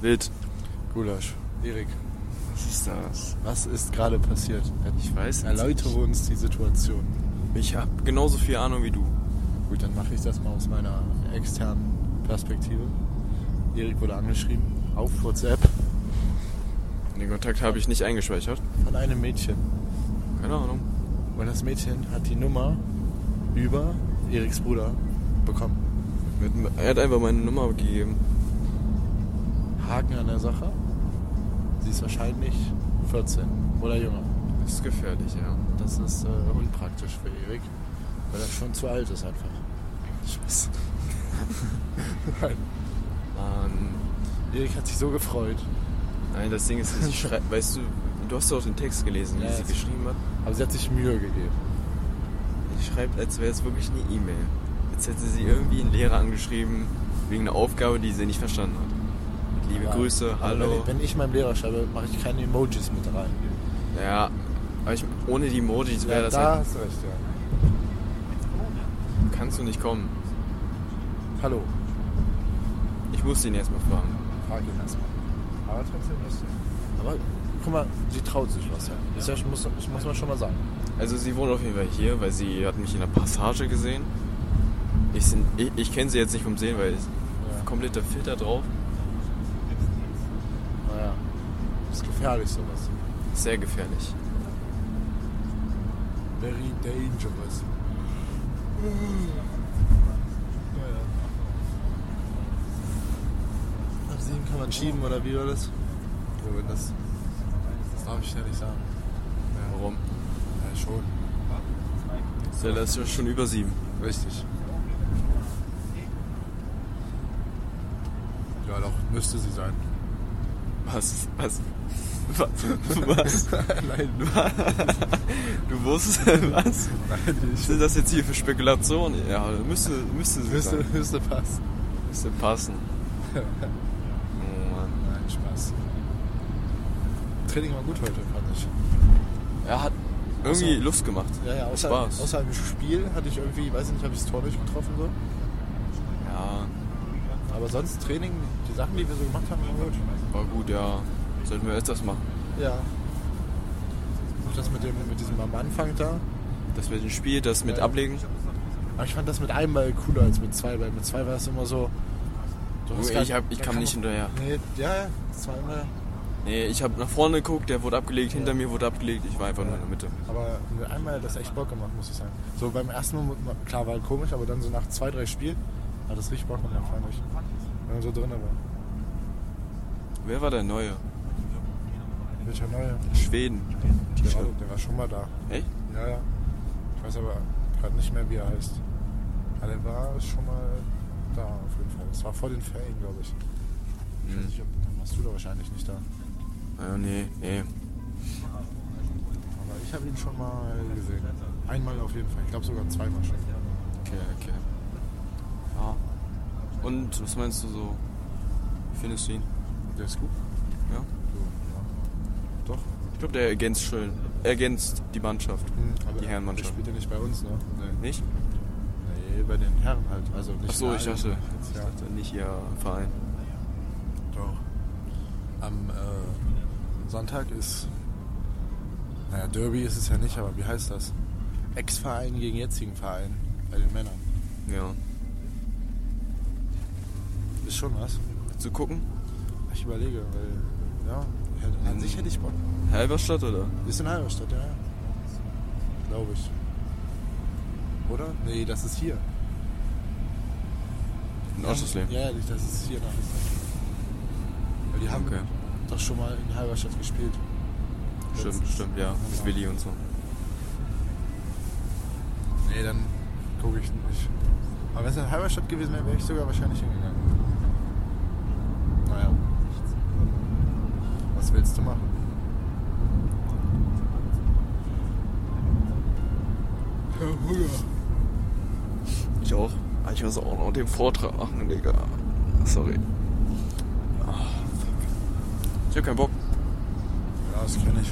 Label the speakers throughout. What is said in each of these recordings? Speaker 1: Wild.
Speaker 2: Gulasch. Erik,
Speaker 1: Siehst du was?
Speaker 2: was ist gerade passiert?
Speaker 1: Ich weiß es
Speaker 2: Erläutere
Speaker 1: nicht.
Speaker 2: uns die Situation.
Speaker 1: Ich habe genauso viel Ahnung wie du.
Speaker 2: Gut, dann mache ich das mal aus meiner externen Perspektive. Erik wurde angeschrieben auf WhatsApp
Speaker 1: Den Kontakt habe ich nicht eingespeichert.
Speaker 2: von einem Mädchen.
Speaker 1: Keine Ahnung.
Speaker 2: Und das Mädchen hat die Nummer über Eriks Bruder bekommen.
Speaker 1: Mit- Er hat einfach meine Nummer gegeben.
Speaker 2: Haken an der Sache. Sie ist wahrscheinlich 14 oder jünger.
Speaker 1: Das ist gefährlich, ja.
Speaker 2: Das ist äh, unpraktisch für Erik, weil er schon zu alt ist einfach.
Speaker 1: Scheiße.
Speaker 2: Nein.
Speaker 1: Mann.
Speaker 2: Erik hat sich so gefreut.
Speaker 1: Nein, das Ding ist, ich schrei weißt du, du hast doch den Text gelesen,
Speaker 2: Ja,
Speaker 1: wie sie
Speaker 2: das-
Speaker 1: geschrieben hat.
Speaker 2: Aber sie hat sich Mühe gegeben.
Speaker 1: Sie schreibt, als wäre es wirklich eine E-Mail. Jetzt hätte sie irgendwie einen Lehrer angeschrieben, wegen einer Aufgabe, die sie nicht verstanden hat. Mit Liebe
Speaker 2: Aber-
Speaker 1: Grüße,
Speaker 2: aber
Speaker 1: hallo.
Speaker 2: Also Wenn, wenn ich meinem Lehrer schreibe, mache ich keine Emojis mit rein.
Speaker 1: Ja, aber ich, ohne die Emojis wäre das
Speaker 2: da
Speaker 1: halt,
Speaker 2: hast du recht, ja.
Speaker 1: kannst du nicht kommen.
Speaker 2: Hallo,
Speaker 1: Ich muss ihn erstmal fragen.
Speaker 2: frag ihn erstmal. Aber trotzdem ist Aber guck mal, sie traut sich was. Ja. Das, ja, ich muss, ich muss mal schon mal sagen.
Speaker 1: Also sie wohnt auf jeden Fall hier, weil sie hat mich in der Passage gesehen. Ich, sind- ich, ich kenne sie jetzt nicht vom Sehen, weil es
Speaker 2: Ja.
Speaker 1: kompletter Filter drauf.
Speaker 2: Naja, ist gefährlich sowas.
Speaker 1: Sehr gefährlich.
Speaker 2: Very dangerous. Ab sieben kann man schieben, oder wie war das? Robin, das, das darf ich ja nicht sagen.
Speaker 1: Warum?
Speaker 2: Ja, schon.
Speaker 1: Ja, das ist ja schon über sieben.
Speaker 2: Richtig. Ja, doch, müsste sie sein.
Speaker 1: Was? Was? Was? was?
Speaker 2: Nein,
Speaker 1: Du wusstest was? Sind das jetzt hier für Spekulationen? Ja, müsste, müsste,
Speaker 2: müsste,
Speaker 1: sein.
Speaker 2: müsste passen.
Speaker 1: müsste passen. Oh Mann.
Speaker 2: Nein, Spaß. Training war gut heute, fand ich.
Speaker 1: Er hat irgendwie
Speaker 2: Außer-
Speaker 1: Lust gemacht.
Speaker 2: Ja, ja, außer,
Speaker 1: Spaß.
Speaker 2: außer im Spiel hatte ich irgendwie, weiß nicht, habe ich das Tor durchgetroffen so.
Speaker 1: Ja,
Speaker 2: Aber sonst Training, die Sachen, die wir so gemacht haben, waren gut.
Speaker 1: war gut, ja. Sollten wir öfters machen.
Speaker 2: Ja. Auch das mit, dem, mit diesem am Anfang da.
Speaker 1: Dass wir den Spiel, das mit
Speaker 2: Ja.
Speaker 1: ablegen.
Speaker 2: Aber ich fand das mit einem Ball cooler als mit zwei Bällen. Mit zwei war es immer so. du hast
Speaker 1: Junge,
Speaker 2: gar-
Speaker 1: ich hab- ich
Speaker 2: da
Speaker 1: kam nicht hinterher.
Speaker 2: Nee, ja, ja, zweimal.
Speaker 1: Nee, ich habe nach vorne geguckt, der wurde abgelegt, hinter mir wurde abgelegt. Ich war einfach nur in der Mitte.
Speaker 2: Aber mit einem Mal hat das echt Bock gemacht, muss ich sagen. So beim ersten Mal, klar war halt komisch, aber dann so nach zwei, drei Spielen hat das richtig Bock gemacht, fand ich. Wenn man so drin war.
Speaker 1: Wer war der Neue?
Speaker 2: Welcher Neue?
Speaker 1: Schweden.
Speaker 2: Der war, der war schon mal da.
Speaker 1: Echt?
Speaker 2: Ja, ja. Ich weiß aber gerade nicht mehr, wie er heißt. Aber der war schon mal da auf jeden Fall. Das war vor den Ferien, glaube
Speaker 1: Hm.
Speaker 2: ich. Ich weiß
Speaker 1: Mhm.
Speaker 2: nicht, ob, dann warst du da wahrscheinlich nicht da.
Speaker 1: Ja, Ah, nee, nee.
Speaker 2: Aber ich habe ihn schon mal gesehen. Einmal auf jeden Fall. Ich glaube sogar zweimal schon.
Speaker 1: Okay, okay. Ja. Und was meinst du so? Wie Findest du ihn?
Speaker 2: Der ist gut.
Speaker 1: Ja?
Speaker 2: So, ja. Doch.
Speaker 1: Ich glaube, der ergänzt schön. Ergänzt die Mannschaft.
Speaker 2: Hm, Aber
Speaker 1: Die Herrenmannschaft.
Speaker 2: Der spielt ja nicht bei uns, ne? Nee.
Speaker 1: Nicht?
Speaker 2: Nee, bei den Herren halt. Also nicht
Speaker 1: Achso,
Speaker 2: bei
Speaker 1: ich
Speaker 2: allen.
Speaker 1: dachte. Ich
Speaker 2: Ja.
Speaker 1: dachte nicht ihr Verein.
Speaker 2: Doch. Am äh, Sonntag ist. Naja, Derby ist es ja nicht, aber wie heißt das? Ex-Verein gegen jetzigen Verein bei den Männern.
Speaker 1: Ja.
Speaker 2: Ist schon was.
Speaker 1: Zu gucken?
Speaker 2: Ich überlege, weil. Ja, hätte- an sich hätte ich Bock.
Speaker 1: Halberstadt oder?
Speaker 2: Ist in Halberstadt, ja. ja. Glaube ich. Oder? Nee, das ist hier.
Speaker 1: In Oschersleben.
Speaker 2: Ja, ja, das ist hier nach Weil die haben
Speaker 1: Okay.
Speaker 2: doch schon mal in Halberstadt gespielt.
Speaker 1: Stimmt,
Speaker 2: Letztens.
Speaker 1: stimmt, ja. Mit Willi und so.
Speaker 2: Nee, dann gucke ich nicht. Aber wenn es in Halberstadt gewesen wäre, wäre ich sogar wahrscheinlich hingegangen. Naja. Was willst du machen? Ja, Hunger.
Speaker 1: Ich auch. Ah, Ich muss auch noch den Vortrag machen, Digga. Sorry. Ah, fuck. Ich hab keinen Bock.
Speaker 2: Ja, das kenne ich.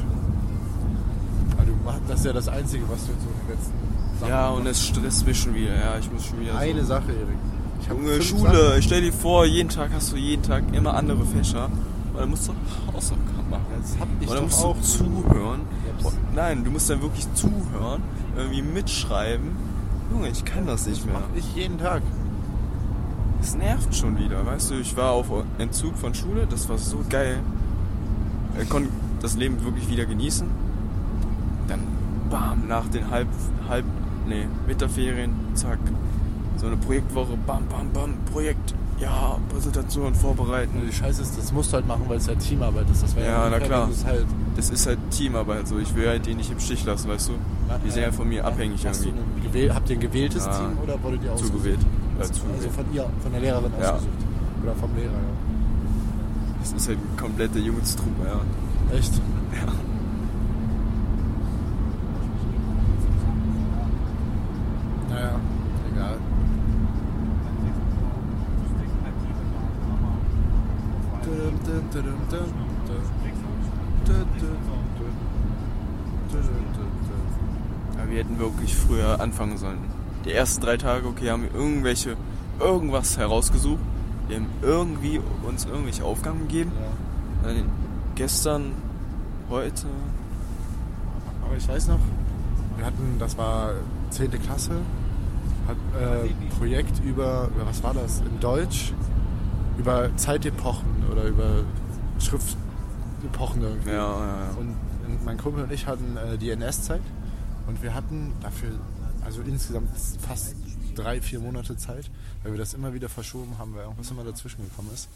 Speaker 2: Aber Ah, du machst, das ist ja das Einzige, was du jetzt so in den letzten Sachen
Speaker 1: Ja, und
Speaker 2: machst.
Speaker 1: es stresst mich schon wieder. Ja, ich muss schon wieder.
Speaker 2: Eine
Speaker 1: so.
Speaker 2: Sache, Erik. Ich hab
Speaker 1: Junge,
Speaker 2: fünf
Speaker 1: Schule,
Speaker 2: Sachen.
Speaker 1: stell dir vor, jeden Tag hast du jeden Tag immer andere Fächer. Und dann musst du Hausaufgaben machen.
Speaker 2: Ja, das hab ich
Speaker 1: und dann
Speaker 2: doch
Speaker 1: musst
Speaker 2: auch.
Speaker 1: du zuhören.
Speaker 2: Ups.
Speaker 1: Und nein, du musst dann wirklich zuhören, irgendwie mitschreiben. Junge, ich kann das nicht mehr.
Speaker 2: Mach ich jeden Tag.
Speaker 1: Es nervt schon wieder, weißt du, ich war auf Entzug von Schule, das war so geil. Ich konnte das Leben wirklich wieder genießen. Dann, bam, nach den halb, halb, nee, Winterferien, zack. So eine Projektwoche, bam, bam, bam, Projekt, ja, Präsentation vorbereiten.
Speaker 2: Die Scheiße ist, das musst du halt machen, weil es halt Teamarbeit ist. Das wäre
Speaker 1: Ja, na
Speaker 2: unfair,
Speaker 1: klar.
Speaker 2: wenn du's Halt,
Speaker 1: Das ist halt Teamarbeit, so ich will halt die nicht im Stich lassen, weißt du. Die sind ja von mir abhängig
Speaker 2: Hast du
Speaker 1: irgendwie.
Speaker 2: ein gewähl- habt ihr ein gewähltes
Speaker 1: Ah,
Speaker 2: Team oder wurde ihr ausgesucht?
Speaker 1: Zugewählt. Ja,
Speaker 2: Also
Speaker 1: zugewählt.
Speaker 2: von ihr, von der Lehrerin
Speaker 1: Ja.
Speaker 2: ausgesucht. Oder vom Lehrer, ja.
Speaker 1: Das ist halt komplette Jungenstruppe, ja.
Speaker 2: Echt?
Speaker 1: Ja.
Speaker 2: Naja, egal. Dum, dum, dum, dum, dum, dum. Dum, dum, dum. Dum, dum,
Speaker 1: Ja, wir hätten wirklich früher anfangen sollen. Die ersten drei Tage, okay, haben wir irgendwelche, irgendwas herausgesucht. Wir haben irgendwie uns irgendwelche Aufgaben gegeben.
Speaker 2: dum. Ja.
Speaker 1: Dann gestern, heute,
Speaker 2: Aber ich weiß noch, wir hatten, das war 10. Klasse, hat äh, Projekt über, über, was war das, in Deutsch, über Zeitepochen oder über Schriftepochen irgendwie.
Speaker 1: ja, ja, ja.
Speaker 2: Und mein Kumpel und ich hatten äh, die NS-Zeit und wir hatten dafür, also insgesamt fast drei, vier Monate Zeit, weil wir das immer wieder verschoben haben, weil irgendwas immer dazwischen gekommen ist.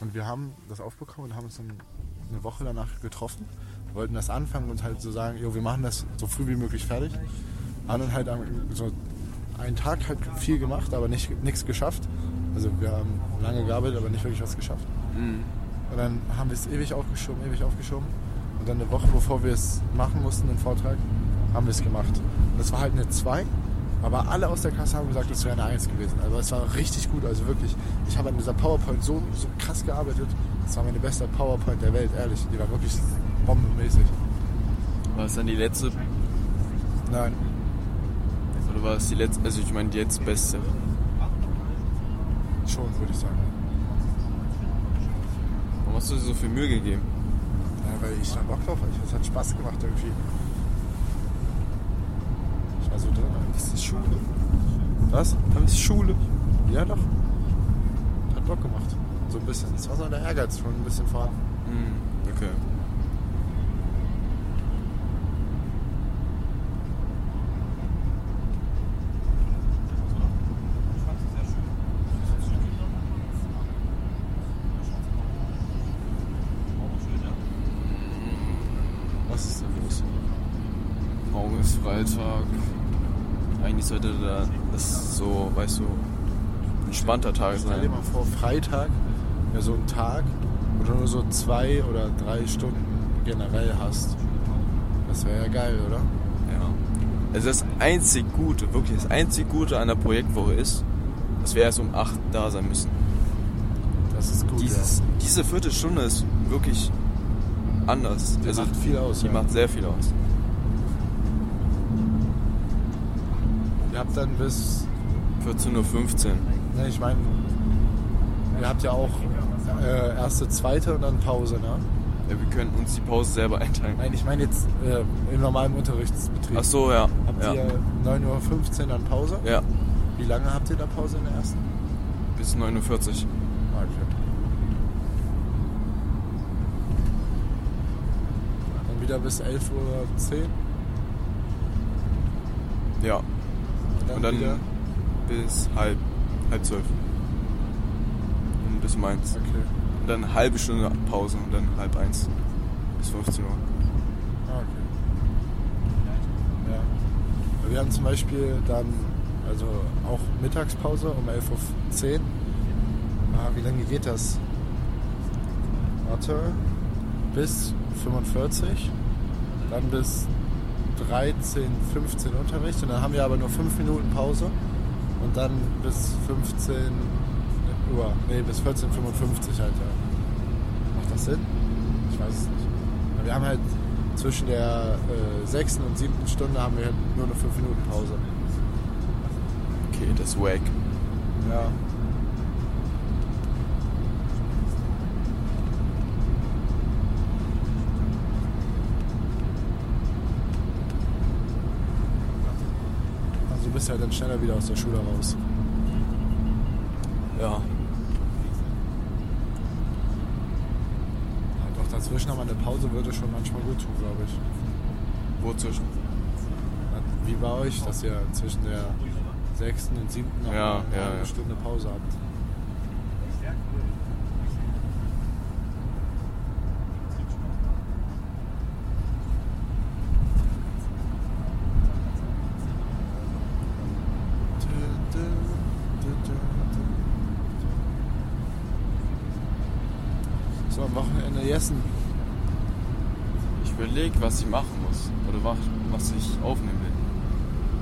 Speaker 2: Und wir haben das aufbekommen und haben uns dann eine Woche danach getroffen, wollten das anfangen und halt so sagen, jo, wir machen das so früh wie möglich fertig. Haben dann halt am- so einen Tag halt viel gemacht, aber nicht nichts geschafft. Also wir haben lange gearbeitet, aber nicht wirklich was geschafft.
Speaker 1: Mhm.
Speaker 2: Und dann haben wir es ewig aufgeschoben, ewig aufgeschoben. Und dann eine Woche, bevor wir es machen mussten, den Vortrag, haben wir es gemacht. Und das war halt eine 2, aber alle aus der Klasse haben gesagt, das wäre eine 1 gewesen. Also es war richtig gut, also wirklich. Ich habe an dieser PowerPoint so, so krass gearbeitet. Das war meine beste PowerPoint der Welt, ehrlich. Die war wirklich bombenmäßig.
Speaker 1: War es dann die letzte?
Speaker 2: Nein,
Speaker 1: Oder war es die letzte? Also ich meine die jetzt beste.
Speaker 2: schon, würde ich sagen.
Speaker 1: Warum hast du dir so viel Mühe gegeben?
Speaker 2: Ja, weil ich da Bock drauf hatte. Es hat Spaß gemacht irgendwie. Ich war so drin. Das ist Schule. Was?
Speaker 1: Dann ist Schule.
Speaker 2: Ja, doch. Hat Bock gemacht. So ein bisschen. Es war so der Ehrgeiz schon ein bisschen vorhanden.
Speaker 1: Mhm. Okay. Was ist denn los? Morgen ist Freitag. Eigentlich sollte da das so, weißt du, entspannter Tag
Speaker 2: Stell dir
Speaker 1: sein.
Speaker 2: mal vor, Freitag wäre so ein Tag, wo du nur so zwei oder drei Stunden generell hast. Das wäre ja geil, oder?
Speaker 1: Ja. Also das einzig Gute, wirklich das einzig Gute an der Projektwoche ist, dass wir erst um 8 da sein müssen.
Speaker 2: Das ist gut.
Speaker 1: Dieses, Diese Viertelstunde ist wirklich anders. Also
Speaker 2: Die macht viel aus,
Speaker 1: Die
Speaker 2: ja.
Speaker 1: macht sehr viel aus.
Speaker 2: ja. Ihr habt dann bis
Speaker 1: 14.15 Uhr.
Speaker 2: Ne, ich meine, ihr habt ja auch äh, erste, zweite und dann Pause, ne?
Speaker 1: Ja, wir können uns die Pause selber einteilen.
Speaker 2: Nein, ich meine jetzt äh, im normalen Unterrichtsbetrieb.
Speaker 1: Ach so, ja.
Speaker 2: Habt
Speaker 1: ja.
Speaker 2: ihr 9.15 Uhr dann Pause?
Speaker 1: ja,
Speaker 2: Wie lange habt ihr da Pause in der ersten?
Speaker 1: bis 49.
Speaker 2: Ah, Okay. Dann wieder bis 11.10 Uhr.
Speaker 1: Ja. Und dann
Speaker 2: wieder.
Speaker 1: bis halb, halb zwölf. Und bis um eins.
Speaker 2: Okay.
Speaker 1: Und dann eine halbe Stunde Pause und dann halb eins. Bis 15 Uhr.
Speaker 2: Ah, okay. Ja. Aber Wir haben zum Beispiel dann, also auch Mittagspause um 11.10 Uhr. Ah, wie lange geht das? Warte. Bis 45. Dann bis 13, 15 Unterricht. Und dann haben wir aber nur 5 Minuten Pause. Und dann bis 15 Uhr. Nee, bis 14.55 halt. Ja. Macht das Sinn? Ich weiß es nicht. Aber Wir haben halt zwischen der äh, sechsten und siebten Stunde haben wir halt nur eine 5 Minuten Pause.
Speaker 1: Okay, das ist wack.
Speaker 2: Ja. Also du bist ja dann schneller wieder aus der Schule raus.
Speaker 1: Ja.
Speaker 2: Ja, Doch dazwischen nochmal eine Pause würde schon manchmal gut tun, glaube ich.
Speaker 1: Wozwischen?
Speaker 2: Wie bei euch, dass ihr zwischen der sechsten und siebten noch
Speaker 1: Ja,
Speaker 2: eine
Speaker 1: ja,
Speaker 2: halbe
Speaker 1: ja.
Speaker 2: Stunde Pause habt. So am Wochenende Jessen.
Speaker 1: Ich überlege, was ich machen muss. Oder wa- was ich aufnehmen will.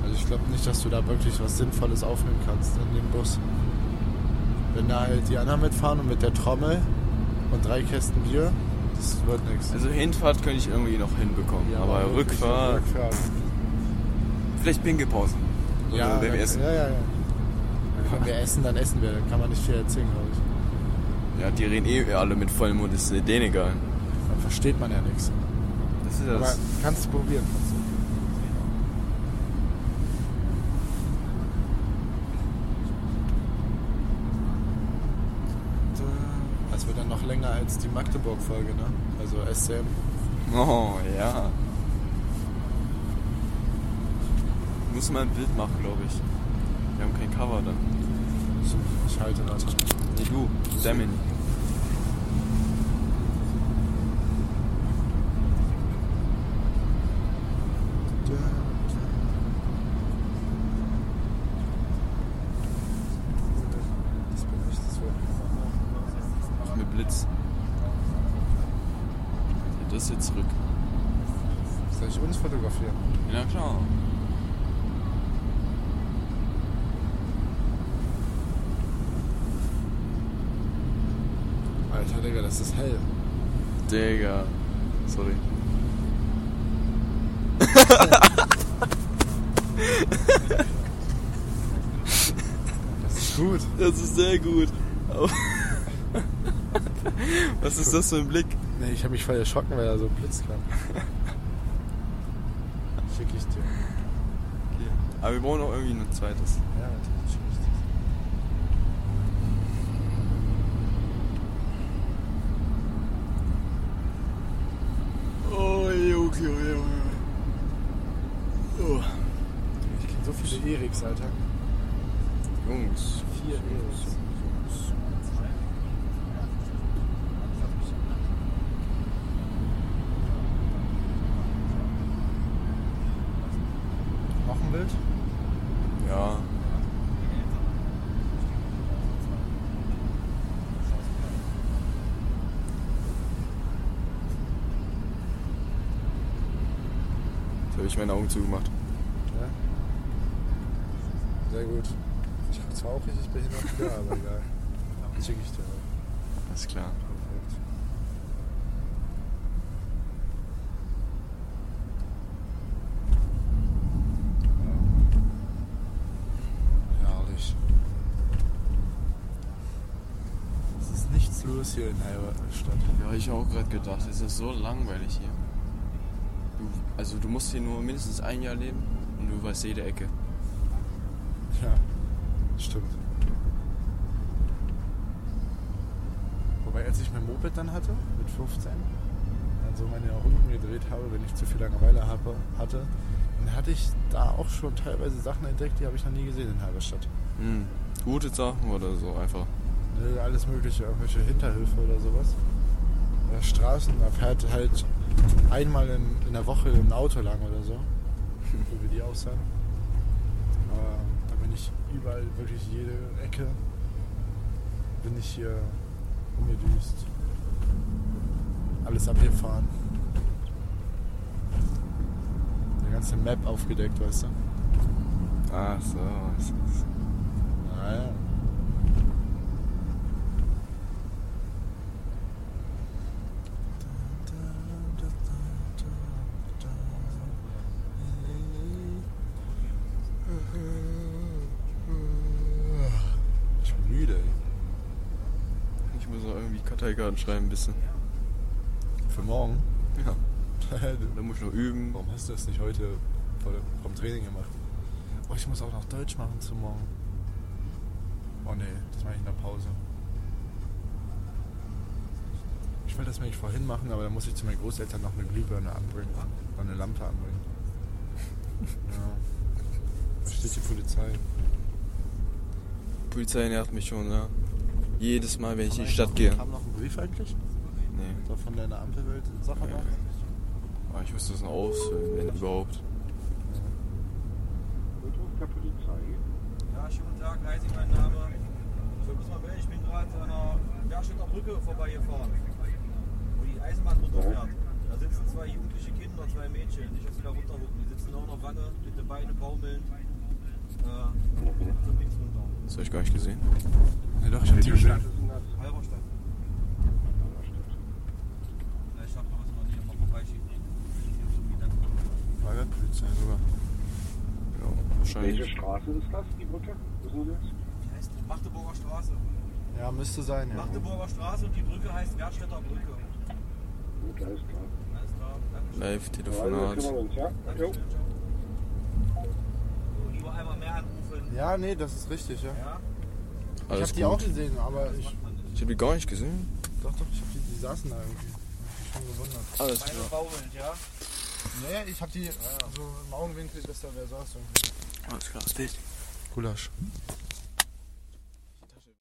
Speaker 2: Also ich glaube nicht, dass du da wirklich was Sinnvolles aufnehmen kannst in dem Bus. Wenn da halt die anderen mitfahren und mit der Trommel und drei Kästen Bier, das wird nichts.
Speaker 1: Also Hinfahrt könnte ich irgendwie noch hinbekommen. aber Rückfahrt.
Speaker 2: Rückfahrt.
Speaker 1: Vielleicht Pinkelpause. Oder
Speaker 2: Ja,
Speaker 1: beim
Speaker 2: dann-
Speaker 1: Essen.
Speaker 2: ja, ja, ja. Wenn wir essen, dann essen wir. Dann kann man nicht viel erzählen, glaube ich.
Speaker 1: Ja, die reden eh alle mit vollem Mund. Das ist denen egal.
Speaker 2: Dann versteht man ja nichts.
Speaker 1: Das ist
Speaker 2: Aber
Speaker 1: das.
Speaker 2: kannst du probieren. Das wird dann noch länger als die Magdeburg-Folge, ne? Also SCM.
Speaker 1: Oh, ja. Muss mal ein Bild machen, glaube ich. Wir haben kein Cover dann.
Speaker 2: Ich halte das.
Speaker 1: Nee, du, Damini.
Speaker 2: Das bin ich, das wird.
Speaker 1: Mit Blitz. Ja, Das ist jetzt zurück.
Speaker 2: Soll ich uns fotografieren?
Speaker 1: Ja, klar.
Speaker 2: Alter, Digga, das ist hell.
Speaker 1: Digga. Sorry.
Speaker 2: Das ist gut.
Speaker 1: Das ist sehr gut. Aber- Was ist das für ein Blick?
Speaker 2: Nee, ich habe mich voll erschrocken, weil er so blitz kam. Schick ich dir.
Speaker 1: Aber wir brauchen auch irgendwie ein zweites.
Speaker 2: Ja, natürlich schick ich dir.
Speaker 1: Oh, Joki, Junge.
Speaker 2: Ich kenne so viele Eriks, Alter.
Speaker 1: Jungs.
Speaker 2: Vier Eriks. Noch ein Bild?
Speaker 1: Ja. Jetzt habe ich meine Augen zugemacht.
Speaker 2: Ja. Sehr gut. Ich habe zwar auch richtig behindert, ja, aber egal. Schicke ich dir.
Speaker 1: Alles klar.
Speaker 2: Perfekt. Herrlich. Es ist nichts los hier in der Stadt.
Speaker 1: Ja, ich auch gerade gedacht, es ist so langweilig hier. Du, also du musst hier nur mindestens ein Jahr leben und du weißt jede Ecke.
Speaker 2: Ja, stimmt. Wobei, als ich mein Moped dann hatte, mit 15, dann so meine Runden gedreht habe, wenn ich zu viel Langeweile habe, hatte, dann hatte ich da auch schon teilweise Sachen entdeckt, die habe ich noch nie gesehen in Halberstadt.
Speaker 1: Hm. Gute Sachen oder so einfach.
Speaker 2: Ne, Alles mögliche, irgendwelche Hinterhöfe oder sowas. Oder Straßen, da fährt halt einmal in, in der Woche ein Auto lang oder so. So wie die aussahen. Aber da bin ich überall, wirklich jede Ecke, bin ich hier umgedüst. Alles abgefahren. Die ganze Map aufgedeckt, weißt du.
Speaker 1: Ach Ah, so. es ist-
Speaker 2: Naja.
Speaker 1: Karteikarten schreiben ein bisschen.
Speaker 2: Für morgen.
Speaker 1: Ja.
Speaker 2: Warum
Speaker 1: Dann muss ich noch üben.
Speaker 2: hast du das nicht heute vor dem- vom Training gemacht? Oh, ich muss auch noch Deutsch machen zu morgen. Oh nee, das mache ich in der Pause. Ich wollte das nämlich vorhin machen, aber dann muss ich zu meinen Großeltern noch eine Glühbirne anbringen. Und eine Lampe anbringen. Ja. Da steht die Polizei.
Speaker 1: Polizei nervt mich schon, ja. Jedes Mal, wenn ich in die Stadt gehe.
Speaker 2: Kam noch ein Brief eigentlich?
Speaker 1: Nee.
Speaker 2: So von deiner Ampelwelt-Sache
Speaker 1: Ja.
Speaker 2: noch?
Speaker 1: Aber ich müsste es noch ausfüllen, wenn überhaupt.
Speaker 3: Ja, schönen guten Tag, Leisig mein Name. So, muss man melden, ich bin gerade an der Berstädter Brücke vorbeigefahren, wo die Eisenbahn runterfährt. Da sitzen zwei jugendliche Kinder, zwei Mädchen, nicht, dass sie da runterhucken. Die sitzen auch noch Wanne, mit den Beinen baumeln. Äh, zum Links runter.
Speaker 1: Das habe ich gar nicht gesehen.
Speaker 2: Ne, doch, ich hab die gesehen.
Speaker 3: Halberstadt. Ja, ich hab noch was in der Nähe, mal vorbeischicken.
Speaker 2: War ja Polizei sogar.
Speaker 1: Ja, wahrscheinlich.
Speaker 4: Straße ist das, die Brücke? Wissen Sie das?
Speaker 3: Wie heißt die? Magdeburger Straße.
Speaker 2: Ja, müsste sein, ja.
Speaker 3: Magdeburger Straße und die Brücke heißt Werstädter Brücke.
Speaker 4: Gut, alles klar.
Speaker 3: Alles klar, danke schön.
Speaker 4: Also, das
Speaker 1: Live-Telefonat.
Speaker 4: kümmern wir uns, ja? Jo.
Speaker 3: Dankeschön, ciao. So, Lieber einmal mehr anrufen.
Speaker 2: Ja, nee, das ist richtig, ja.
Speaker 3: Ja?
Speaker 2: ich
Speaker 1: Alles
Speaker 2: hab
Speaker 1: gut.
Speaker 2: die auch gesehen, aber ich.
Speaker 1: Ich habe die gar nicht gesehen.
Speaker 2: Doch, doch, ich hab die, die saßen da irgendwie. Hab mich schon gewundert.
Speaker 1: Alles
Speaker 3: Beine
Speaker 1: klar.
Speaker 3: baumelnd, ja?
Speaker 2: Naja, ich äh, hab die so im Augenwinkel, dass da wer saß irgendwie.
Speaker 1: Alles klar,
Speaker 2: Gulasch.